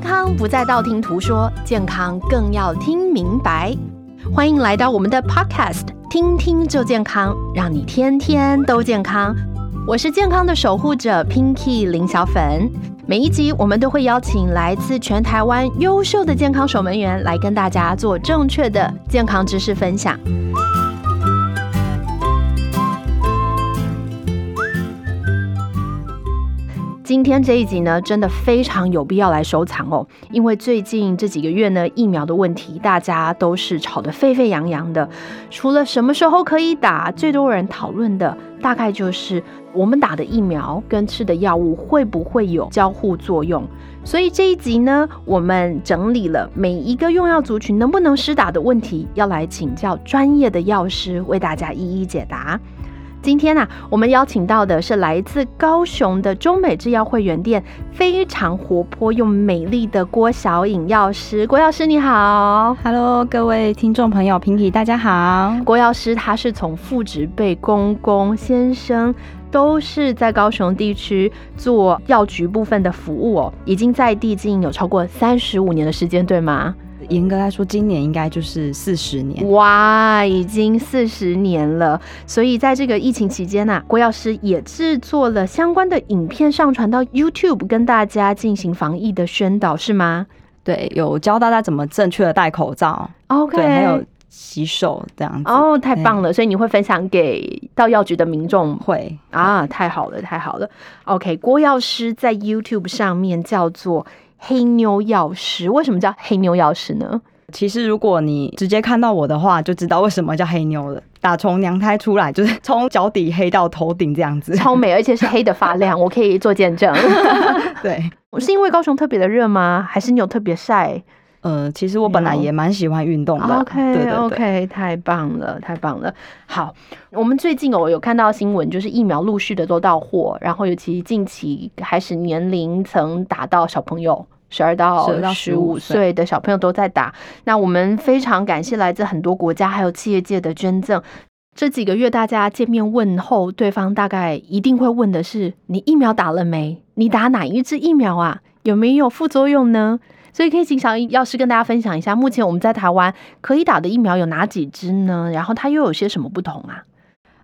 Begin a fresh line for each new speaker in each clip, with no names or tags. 康不再道听途说，健康更要听明白。欢迎来到我们的 Podcast，听听就健康，让你天天都健康。我是健康的守护者 Pinky 林小粉。每一集我们都会邀请来自全台湾优秀的健康守门员来跟大家做正确的健康知识分享。今天这一集呢，真的非常有必要来收藏哦，因为最近这几个月呢，疫苗的问题大家都是吵得沸沸扬扬的。除了什么时候可以打，最多人讨论的大概就是我们打的疫苗跟吃的药物会不会有交互作用。所以这一集呢，我们整理了每一个用药族群能不能施打的问题，要来请教专业的药师为大家一一解答。今天啊，我们邀请到的是来自高雄的中美制药会员店非常活泼又美丽的郭小颖药师。郭药师你好，
Hello，各位听众朋友，Pinky，大家好。
郭药师他是从父职辈公公先生。都是在高雄地区做药局部分的服务哦，已经在地经营有超过三十五年的时间，对吗？
严格来说，今年应该就是四十年。
哇，已经四十年了。所以在这个疫情期间呐、郭药师也制作了相关的影片，上传到 YouTube 跟大家进行防疫的宣导，是吗
对，有教大家怎么正确的戴口罩
？OK，
对，还有洗手这样子。
哦，太棒了！所以你会分享给到药局的民众
会，
啊，太好了，太好了。OK，郭药师在 YouTube 上面叫做。黑妞药师为什么叫黑妞药师 呢？
其实如果你直接看到我的话，就知道为什么叫黑妞了。打从娘胎出来，就是从脚底黑到头顶 这样子。
超美，而且是黑的发亮，我可以做见 证。
对，
我是因为高雄特别的热吗？还是你有特别晒
呃，其实我本来也蛮喜欢运动的。
哦？OK
对对对。
OK，太棒了，太棒了。好，我们最近哦有看到新闻，就是疫苗陆续的都到货，然后尤其近期开始年龄层打到小朋友。十二到
12到
十五
15
岁的小朋友都在打，那我们非常感谢来自很多国家还有企业界的捐赠。这几个月大家见面问候对方，大概一定会问的是：你疫苗打了没？你打哪一支疫苗啊？有没有副作用呢？所以可以请小医药师跟大家分享一下，目前我们在台湾可以打的疫苗有哪几支呢？然后它又有些什么不同啊？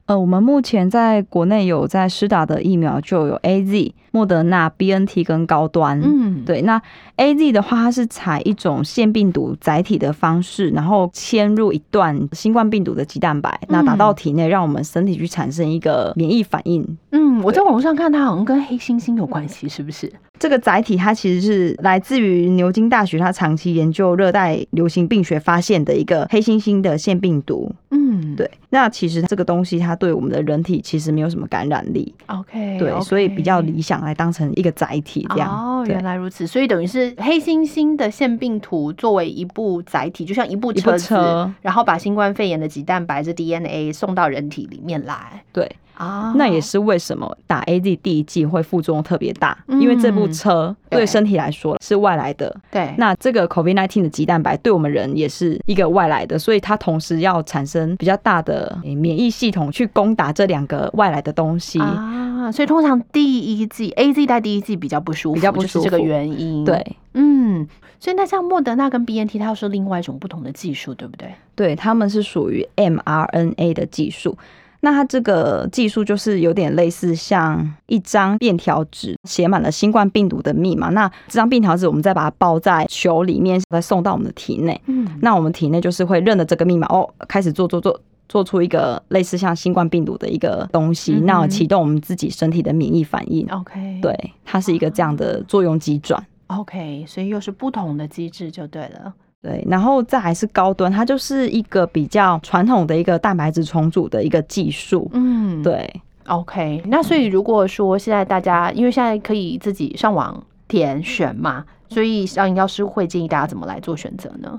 呃，我们目前在国内有在施打的疫苗就有 A Z、莫德纳、B N T 跟高端。
嗯，
对，那 A Z 的话，它是采一种腺病毒载体的方式，然后嵌入一段新冠病毒的肌蛋
嗯
白，那打到体内，让我们身体去产生一个免疫反应。
嗯，我在网络上看它好像跟黑猩猩有关系，是不是？
这个载体它其实是来自于牛津大学，它长期研究热带流行病学发现的一个黑猩猩的腺病毒。
嗯，
对，那其实这个东西它对我们的人体其实没有什么感染力，
哎，OK，
对，所以比较
理。
理想来当成一个载体这样。
哦，
对
原来如此，所以等于是黑猩猩的腺病毒作为一部载体，就像一部
一部
车子，
车
然后把新冠肺炎的棘蛋白这 DNA 送到人体里面来
对，
啊
那也是为什么打 AZ 第一剂会副作用特别大，因为这部
嗯
车
对
对身体来说是外来的。
对。
那这个 COVID-19 的鸡蛋白对我们人也是一个外来的，所以它同时要产生比较大的诶免疫系统去攻打这两个外来的东西。
啊，所以通常第一季 A Z 带第一季比较不舒服，
比较不
就是
舒
这个
服
原因。，
对
嗯，所以那像莫德纳跟 B N T，它又是另外一种不同的技术，对不对？
对，他们是属于 mRNA 的技术。那它这个技术就是有点类似像一张便条纸，写满了新冠病毒的密码。那这张便条纸，我们再把它包在球里面，再送到我们的体内。
嗯，
那我们体内就是会认得这个密码哦，开始做做做。做出一个类似像新冠病毒的一个东西，
嗯哼
那启动我们自己身体的免疫反应，
OK，
对，它是一个这样的作用机转，
，OK，所以又是不同的机制就对了。
对，然后再还是高端，它就是一个比较传统的一个蛋白质重组的一个技术，
嗯，
对，
OK，那所以如果说现在大家，因为现在可以自己上网填选嘛，所以小颖药师会建议大家怎么来做选择呢？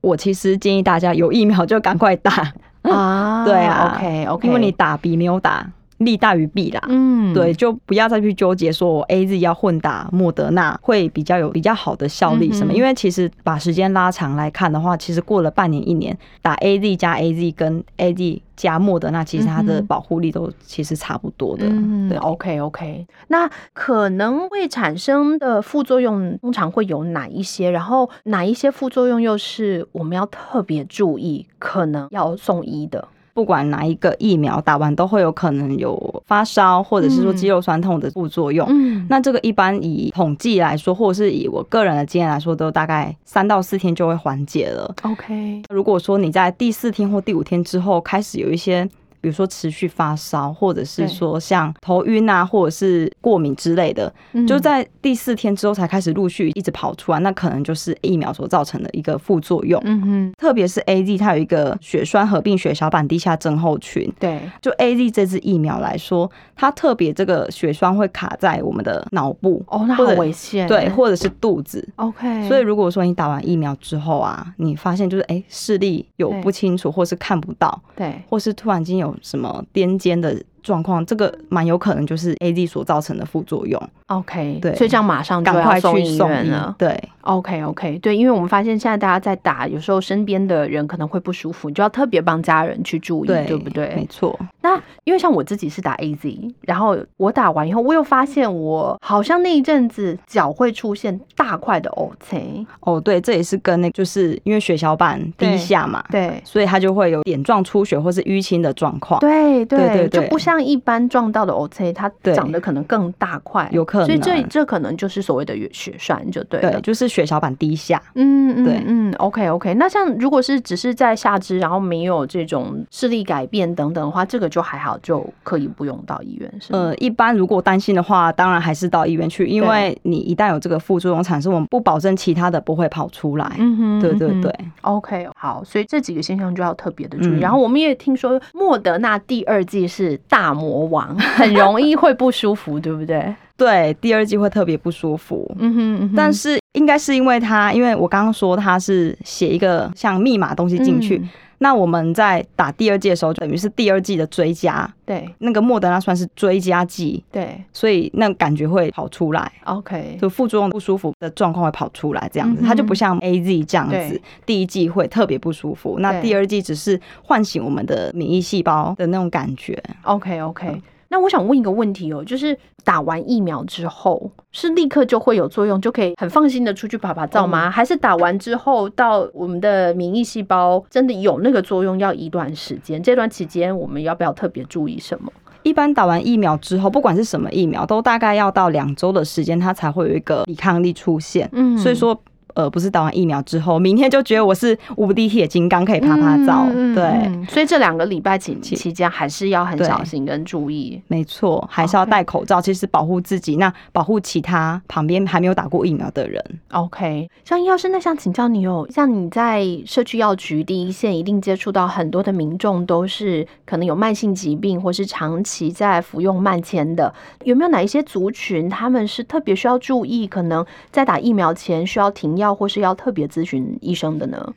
我其实建议大家有疫苗就赶快打，
啊
对啊
，OK OK，
因为你打比没有打利大于弊啦。
嗯，
对，，就不要再去纠结说我 A Z 要混打莫德纳会比较有比较好的效力什么，
嗯哼
因为其实把时间拉长来看的话，其实过了半年一年，打 A Z 加 A Z 跟 A Z 加莫德纳，其实它
嗯
的
哼
保护力都其实差不多的。
嗯
对，
，OK OK。那可能会产生的副作用通常会有哪一些？然后哪一些副作用又是我们要特别注意，可能要送医的？
不管哪一个疫苗打完，都会有可能有发烧或者是说
嗯
肌肉酸痛的副作用。
嗯
那这个一般以统计来说，或者是以我个人的经验来说，都大概三到四天就会缓解了。
OK，
如果说你在第四天或第五天之后开始有一些，比如说持续发烧，或者是
对
说像头晕啊，或者是过敏之类的，就
嗯
在第四天之后才开始陆续一直跑出来，那可能就是疫苗所造成的一个副作用。
嗯哼，
特别是 A Z，它有一个血栓合并血小板低下症候群。
对，
就 A Z 这支疫苗来说，它特别这个血栓会卡在我们的脑部，
哦，那好
或者
危险，欸
对，或者是肚子，
，OK，
所以如果说你打完疫苗之后啊，你发现就是哎、诶视力有
对
不清楚，或是看不到，
对，
或是突然间有什么癫痫的状况，这个蛮有可能就是 A Z 所造成的副作用，
OK，
对
所以这样马上就要
赶快
送
去
医
送
院
医
了。。
对
OK OK，对，因为我们发现现在大家在打，有时候身边的人可能会不舒服，你就要特别帮家人去注意，对
对，
不
没
对？
错，
那因为像我自己是打 AZ，然后我打完以后，我又发现我好像那一阵子脚会出现大块的 O C，
哦，对，这也是跟那就是因为血小板
对
低下嘛，
对。
所以它就会有点状出血或是淤青的状况。
对对
对对
就不像一般撞到的 O C，它
对
长得可能更大块，
有可能啊
所以这这可能就是所谓的血栓，就对了。
对，就是血小板低下。
嗯，
对
嗯嗯，OK OK。那像如果是只是在下肢，然后没有这种视力改变等等的话，这个就还好，就可以不用到医院，是吗？
呃，一般如果担心的话，当然还是到医院去，因
对
为你一旦有这个副作用产生，我们不保证其他的不会跑出来。
嗯哼
对对对，
，OK，好，所以这几个现象就要特别的注意。
嗯
然后我们也听说莫德纳第二季是大魔王，很容易会不舒服，对不对？
对，第二季会特别不舒服，
嗯哼，嗯哼
但是应该是因为它，因为我刚刚说它是写一个像密码东西进去，
嗯
那我们在打第二季的时候，等于是第二季的追加，
对
那个莫德纳算是追加剂，
对
所以那感觉会跑出来。
，OK，
就副作用不舒服的状况会跑出来，这样
嗯
子，
哼
它就不像 A Z 这样子
对，
第一季会特别不舒服，那
对
第二季只是唤醒我们的免疫细胞的那种感觉。
OK OK，那我想问一个问题哦，就是打完疫苗之后是立刻就会有作用，就可以很放心的出去爬爬照吗？还是打完之后到我们的免疫细胞真的有那个作用，要一段时间？这段期间我们要不要特别注意什么？
一般打完疫苗之后，不管是什么疫苗，都大概要到两周的时间，它才会有一个抵抗力出现。
嗯
所以说，呃，不是打完疫苗之后，明天就觉得我是无敌铁金刚，
嗯
可以啪啪照，对。
所以这两个礼拜期
期
期间还是要很
对
小心跟注意。
没错，还是要
OK
戴口罩，其实保护自己，那保护其他旁边还没有打过疫苗的人。
OK，像医药师，那想请教你哦，像你在社区药局第一线，一定接触到很多的民众都是可能有慢性疾病，或是长期在服用慢签的，有没有哪一些族群他们是特别需要注意，可能在打疫苗前需要停药，或是要特别咨询医生的呢？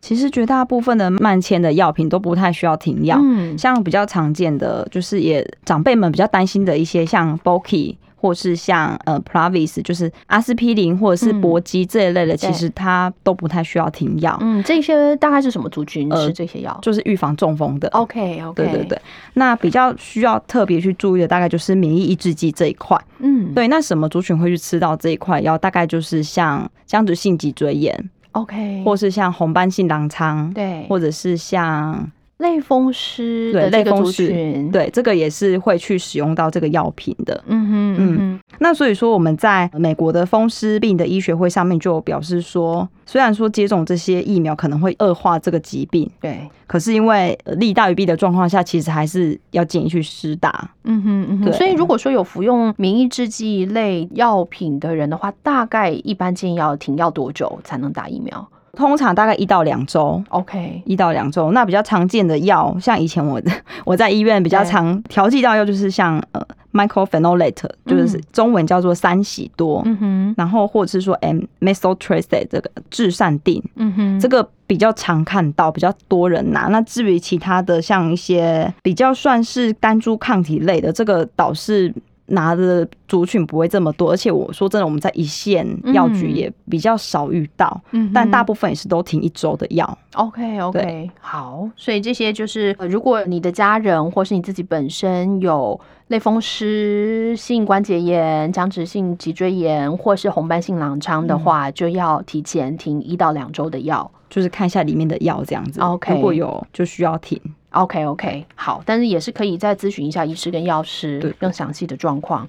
其实绝大部分的慢签的药品都不太需要停药，
嗯
像比较常见的就是也长辈们比较担心的一些，像 Boki 或是像呃 Pravis，就是阿司匹林或者是搏击这一类的，
嗯对
其实它都不太需要停药，
嗯，这些大概是什么族群
呃
吃这些药、
就是预防中风的。
o k OK，
对对，对，那比较需要特别去注意的，大概就是免疫抑制剂这一块。
嗯，
对，那什么族群会去吃到这一块药？大概就是像像子性脊椎炎，
，OK，
或是像红斑性狼疮，
对，
或者是像
类风湿
对
的这
类
个
风
族
湿
群，，
对，这个也是会去使用到这个药品的。
嗯哼嗯哼。
那所以说，我们在美国的风湿病的医学会上面就有表示说，虽然说接种这些疫苗可能会恶化这个疾病，
对，
可是因为呃利大于弊的状况下，其实还是要建议去施打。
嗯哼嗯哼，
对
所以如果说有服用免疫制剂类药品的人的话，大概一般建议要停药多久才能打疫苗
通常大概一到两周。
？OK，
一到两周，那比较常见的药，像以前我我在医院比较
对
常调剂到药，就是像呃 microphenolate，就是
嗯
中文叫做三喜多，
嗯哼，
然后或者是说 m methotrexate 这个至善定，
嗯哼，
这
这
个比较常看到，比较多人拿。那至于其他的，像一些比较算是单株抗体类的，这个倒是拿的族群不会这么多。而且我说真的，我们在一线药局
嗯
也比较少遇到，
嗯
但大
部
部分也是都停一周的药。
OK OK 好，所以这些就是、呃如果你的家人或是你自己本身有类风湿性关节炎、僵直性脊椎炎或是红斑性狼疮的
嗯
话，就要提前停一到两周的药。
就是看一下里面的药这样子
OK
如果有就需要停。
OK OK，好，但是也是可以再咨询一下医师跟药师
对
更详细的状况。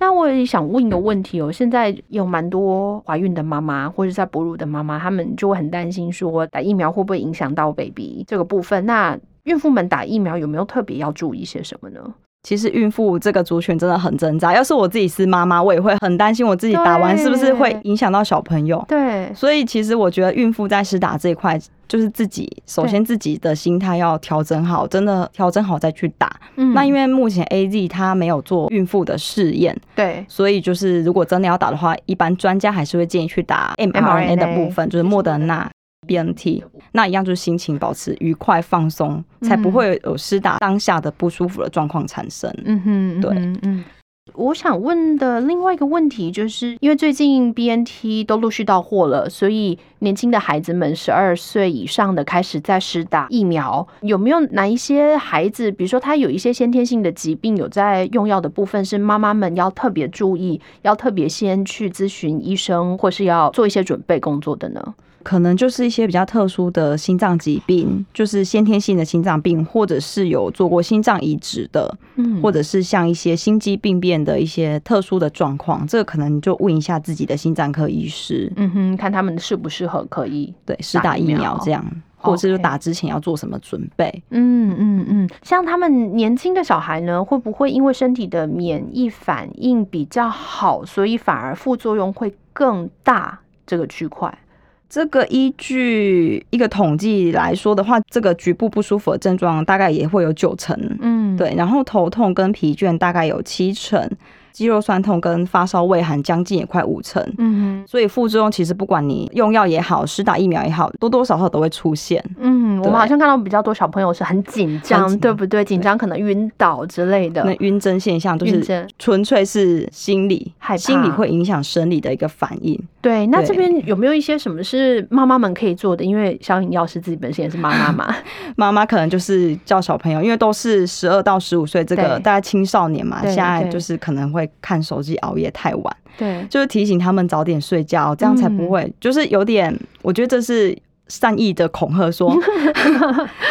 那我也想问一个问题哦，现在有蛮多怀孕的妈妈或者在哺乳的妈妈，她们就会很担心说打疫苗会不会影响到 baby 这个部分。那孕妇们打疫苗有没有特别要注意些什么呢？
其实孕妇这个族群真的很挣扎。要是我自己是妈妈，我也会很担心我自己打完
对
是不是会影响到小朋友。
对，
所以其实我觉得孕妇在施打这一块，就是自己首先自己的心态要调整好，真的调整好再去打。
嗯
那因
为
为目前 A Z 它没有做孕妇的试验，
对
所以就是如果真的要打的话，一般专家还是会建议去打 mRNA 的部分，就是莫德纳。B N T，那一样就是心情保持愉快放松，才不会有施打当下的不舒服的状况产生。
嗯哼，
对
嗯哼嗯。我想问的另外一个问题，就是因为最近 BNT 都陆续到货了，所以年轻的孩子们十二岁以上的开始在施打疫苗，有没有哪一些孩子，比如说他有一些先天性的疾病，有在用药的部分是妈妈们要特别注意，要特别先去咨询医生，或是要做一些准备工作的呢？
可能就是一些比较特殊的心脏疾病，就是先天性的心脏病，或者是有做过心脏移植的，
嗯
或者是像一些心肌病变的一些特殊的状况，这个可能就问一下自己的心脏科医师，
嗯哼，看他们适不适合可以
对，是打疫苗这样，或者是
OK
打之前要做什么准备。
嗯嗯嗯，像他们年轻的小孩呢，会不会因为身体的免疫反应比较好，所以反而副作用会更大？这个区块，
这个依据一个统计来说的话，这个局部不舒服的症状大概也会有九成，
嗯，
对，然后头痛跟疲倦大概有七成，肌肉酸痛跟发烧畏寒将近也快五成。
嗯
所以副作用其实不管你用药也好，施打疫苗也好，多多少少都会出现。
哼嗯，我们
对
好像看到比较多小朋友是很紧张，
紧
对不对？紧张可能晕倒之类的
那，晕针现象就
晕
是
针。
纯粹是心理
害怕，
心理会影响生理的一个反应。
对，那这
对
边有没有一些什么是妈妈们可以做的？因为小颖药师自己本身也是妈妈嘛，
妈妈可能就是叫小朋友，因为都是十二到十五岁这个
对
大概青少年嘛，
对
现在
对
就是可能会看手机熬夜太晚，
对，
就是提醒他们早点睡觉，这样才不
嗯
会、就是有点，我觉得这是。善意的恐吓 说，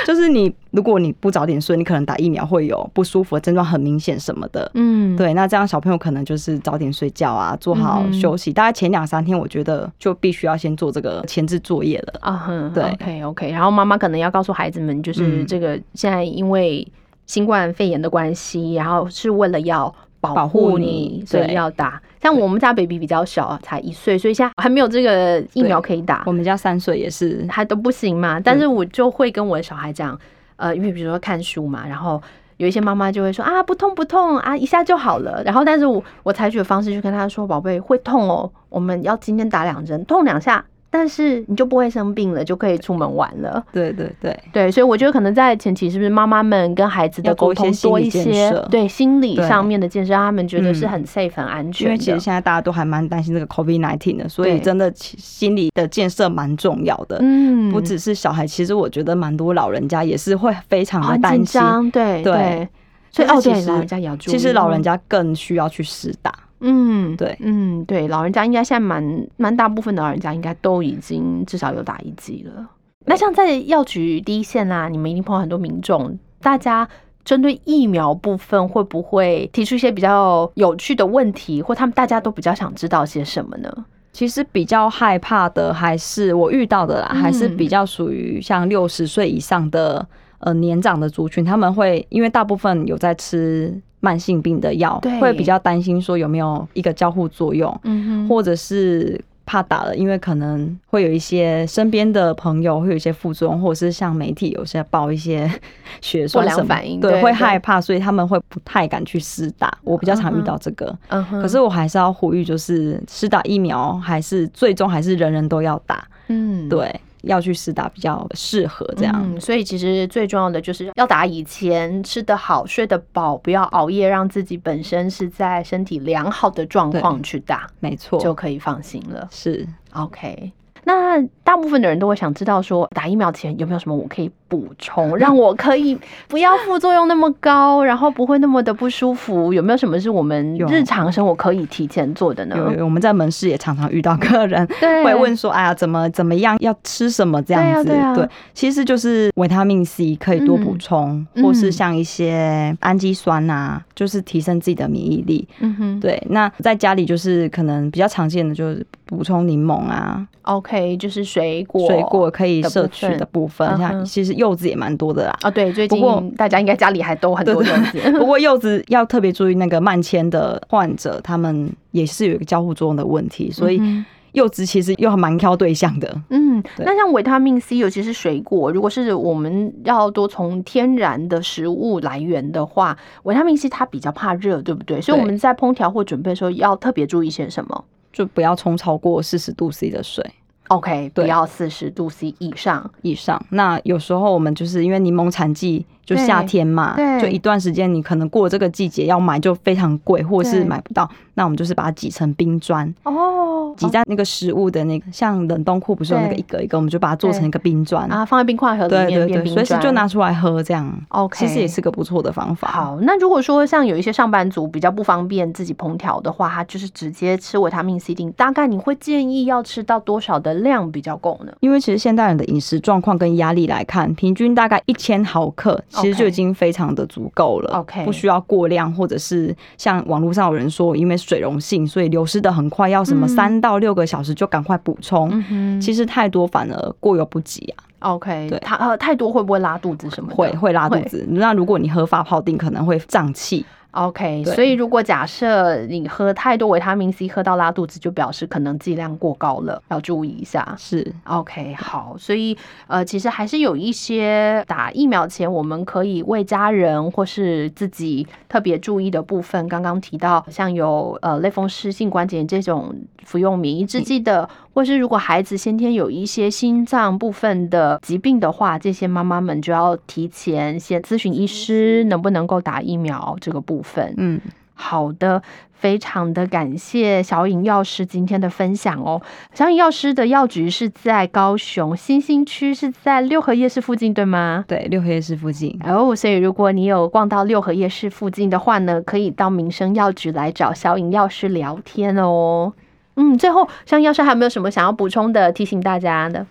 就是你，如果你不早点睡，你可能打疫苗会有不舒服的症状很明显什么的，
嗯，
对，那这样小朋友可能就是早点睡觉啊，做好
嗯哼
休息。大概前两三天，我觉得就必须要先做这个前置作业了。
啊哼，
对
，OK OK。然后妈妈可能要告诉孩子们，就是
嗯
这个现在因为新冠肺炎的关系，然后是为了要保
保护
你
你，
所以
对
要打。像我们家 baby 比较小啊，才一岁，所以现在还没有这个疫苗可以打
我，们家三岁也是，
还都不行嘛。但是我就会跟我的小孩讲，呃，因为比如说看书嘛，然后。有一些妈妈就会说啊，不痛不痛啊，一下就好了。然后，但是我我采取的方式就跟她说，宝贝会痛哦，我们要今天打两针，痛两下，但是你就不会生病了，就可以出门玩了。
对对对，
对，所以我觉得可能在前期是不是妈妈们跟孩子的
要做
沟
一些
通多
心理
一
建
些
设，
对心理
对
上面的建设，让他们觉得是
嗯
很 safe、很安全
因
的。
为其实现在大家都还蛮担心这个 COVID nineteen 的，所以
对
真的其心理的建设蛮重要的。
嗯，
不只是小孩，其实我觉得蛮多老人家也是会非常的
啊哦很
担
紧
心。
张，对
对
所以
但
哦，
是
对，
其实
老人家也要注意。哦
其实老人，家更需要去施打，
嗯，
对
嗯，对，老人家应该现在蛮蛮大部分的老人家应该都已经至少有打一剂了。那像在药局第一线啦、你们一定碰到很多民众，大家针对疫苗部分会不会提出一些比较有趣的问题，或他们大家都比较想知道些什么呢？
其实比较害怕的还是我遇到的啦，
嗯
还是比较属于像六十岁以上的呃年长的族群，他们会因为大部分有在吃慢性病的药
对，
会比较担心说有没有一个交互作用，
嗯
或者是。怕打了，因为可能会有一些身边的朋友会有一些副作用，或者是像媒体有些报一些 血栓
不良
什么，
反应对
对，会
对
害怕，所以他们会不太敢去施打。我比较常遇到这个，
嗯哼
可是我还是要呼吁，就是施打疫苗还是最终还是人人都要打，
嗯，
对，要去施打比较适合这样。
嗯，所以其实最重要的就是要打以前吃得好、睡得饱，不要熬夜，让自己本身是在身体良好的状况去打，
没错，
就可以放心了。
是
OK。那大部分的人都会想知道说，打疫苗前有没有什么我可以补 充，让我可以不要副作用那么高，然后不会那么的不舒服？有没有什么是我们
有
日常生活可以提前做的呢？
有有，我们在门市也常常遇到客人
嗯 对，
会问说，哎呀，怎么怎么样，要吃什么这样子？
对啊对啊
其实就是维他命 C 可以多补充，
嗯
或是像一些氨基酸呐、就是提升自己的免疫力。
嗯哼，
对，那在家里就是可能比较常见的就是补充柠檬啊，
，OK，就是水果，
水果可以摄取的部分，
嗯哼
像其实柚子也蛮多的啦。
啊，对，最近
不过
大家应该家里还都很多柚子，
不过柚子要特别注意，那个慢迁的患者他们也是有一个交互作用的问题，所以
嗯
柚子其实又蛮挑对象的。
嗯，
对
那像维他命 C，尤其是水果，如果是我们要多从天然的食物来源的话，维他命 C 它比较怕热，对不对？所以我们在烹调或准备的时候要特别注意些什么
就不要冲超过四十度 C 的水
？OK，不
对
要四十度 C 以上。
以上。那有时候我们就是因为柠檬产季就
对
夏天嘛
对，
就一段时间你可能过了这个季节要买就非常贵，或
对
是买不到，那我们就是把它挤成冰砖，
哦
挤在那个食物的那个像冷冻库不是有那个
对
一格一格，我们就把它做成一个冰砖。
啊，放在冰块盒里
对
面
对
变
对，
冰
随时
砖
就拿出来喝，这样
OK
其实也是个不错的方法。，
好，那如果说像有一些上班族比较不方便自己烹调的话，他就是直接吃维他命 C 锭，大概你会建议要吃到多少的量比较够呢？
因为其实现代人的饮食状况跟压力来看，平均大概一千毫克，其
OK
实就已经非常的足够了。
OK
不需要过量，或者是像网络上有人说，因为水溶性，所以流失的很快，要什么
嗯
三到六个小时就赶快补充。
哼
其实太多反而过犹不及啊，
OK，
对
它呃太多会不会拉肚子什么的？
会会拉肚子。那如果你喝发泡定，可能会胀气。
OK，
对
所以如果假设你喝太多维他命 C 喝到拉肚子，就表示可能剂量过高了，要注意一下。
是
OK，好，所以呃，其实还是有一些打疫苗前，我们可以为家人或是自己特别注意的部分。刚刚提到，像有呃类风湿性关节炎这种服用免疫制剂的，或是如果孩子先天有一些心脏部分的疾病的话，这些妈妈们就要提前先咨询医师能不能够打疫苗这个部分。
嗯，
好的，非常的感谢小颖药师今天的分享哦。小颖药师的药局是在高雄新兴区，是在六合夜市附近，对吗？
对，六合夜市附近。
哦，所以如果你有逛到六合夜市附近的话呢，可以到民生药局来找小颖药师聊天哦。嗯，最后，小颖药师还有没有什么想要补充的，提醒大家的？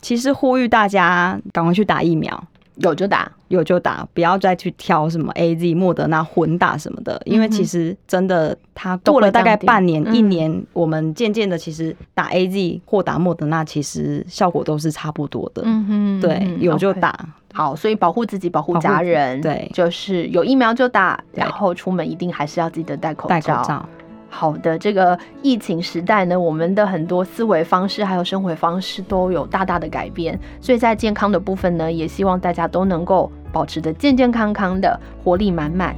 其实呼吁大家赶快去打疫苗。
有就打，
有就打，不要再去挑什么 A Z、莫德纳混打什么的，因为
嗯哼
其实真的，它
都会
过了大概
降低
半年、
嗯
一年，我们渐渐的，其实打 A Z 或打莫德纳，其实效果都是差不多的。
嗯哼
对，有就。打，
好，所以保护自己，保护
保护
家
自己
人，
对
就是有疫苗就打，
对
然后出门一定还是要记得戴口
戴口罩。
好的，这个疫情时代呢，我们的很多思维方式还有生活方式都有大大的改变，所以在健康的部分呢，也希望大家都能够保持的健健康康的，活力满满。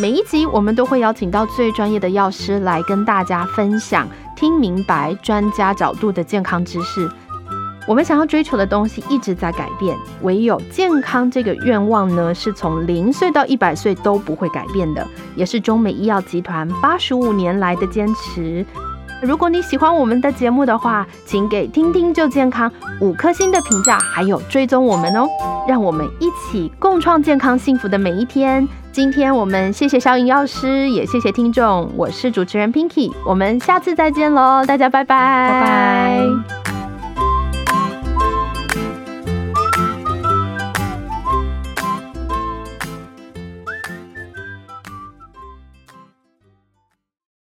每一集我们都会邀请到最专业的药师来跟大家分享，听明白专家角度的健康知识。我们想要追求的东西一直在改变，唯有健康这个愿望呢，是从零岁到一百岁都不会改变的，也是中美医药集团八十五年来的坚持。如果你喜欢我们的节目的话，请给“听听就健康”五颗星的评价，还有追踪我们哦。让我们一起共创健康幸福的每一天。今天我们谢谢肖莹药师，也谢谢听众，我是主持人 Pinky，我们下次再见喽，大家拜拜，
拜拜。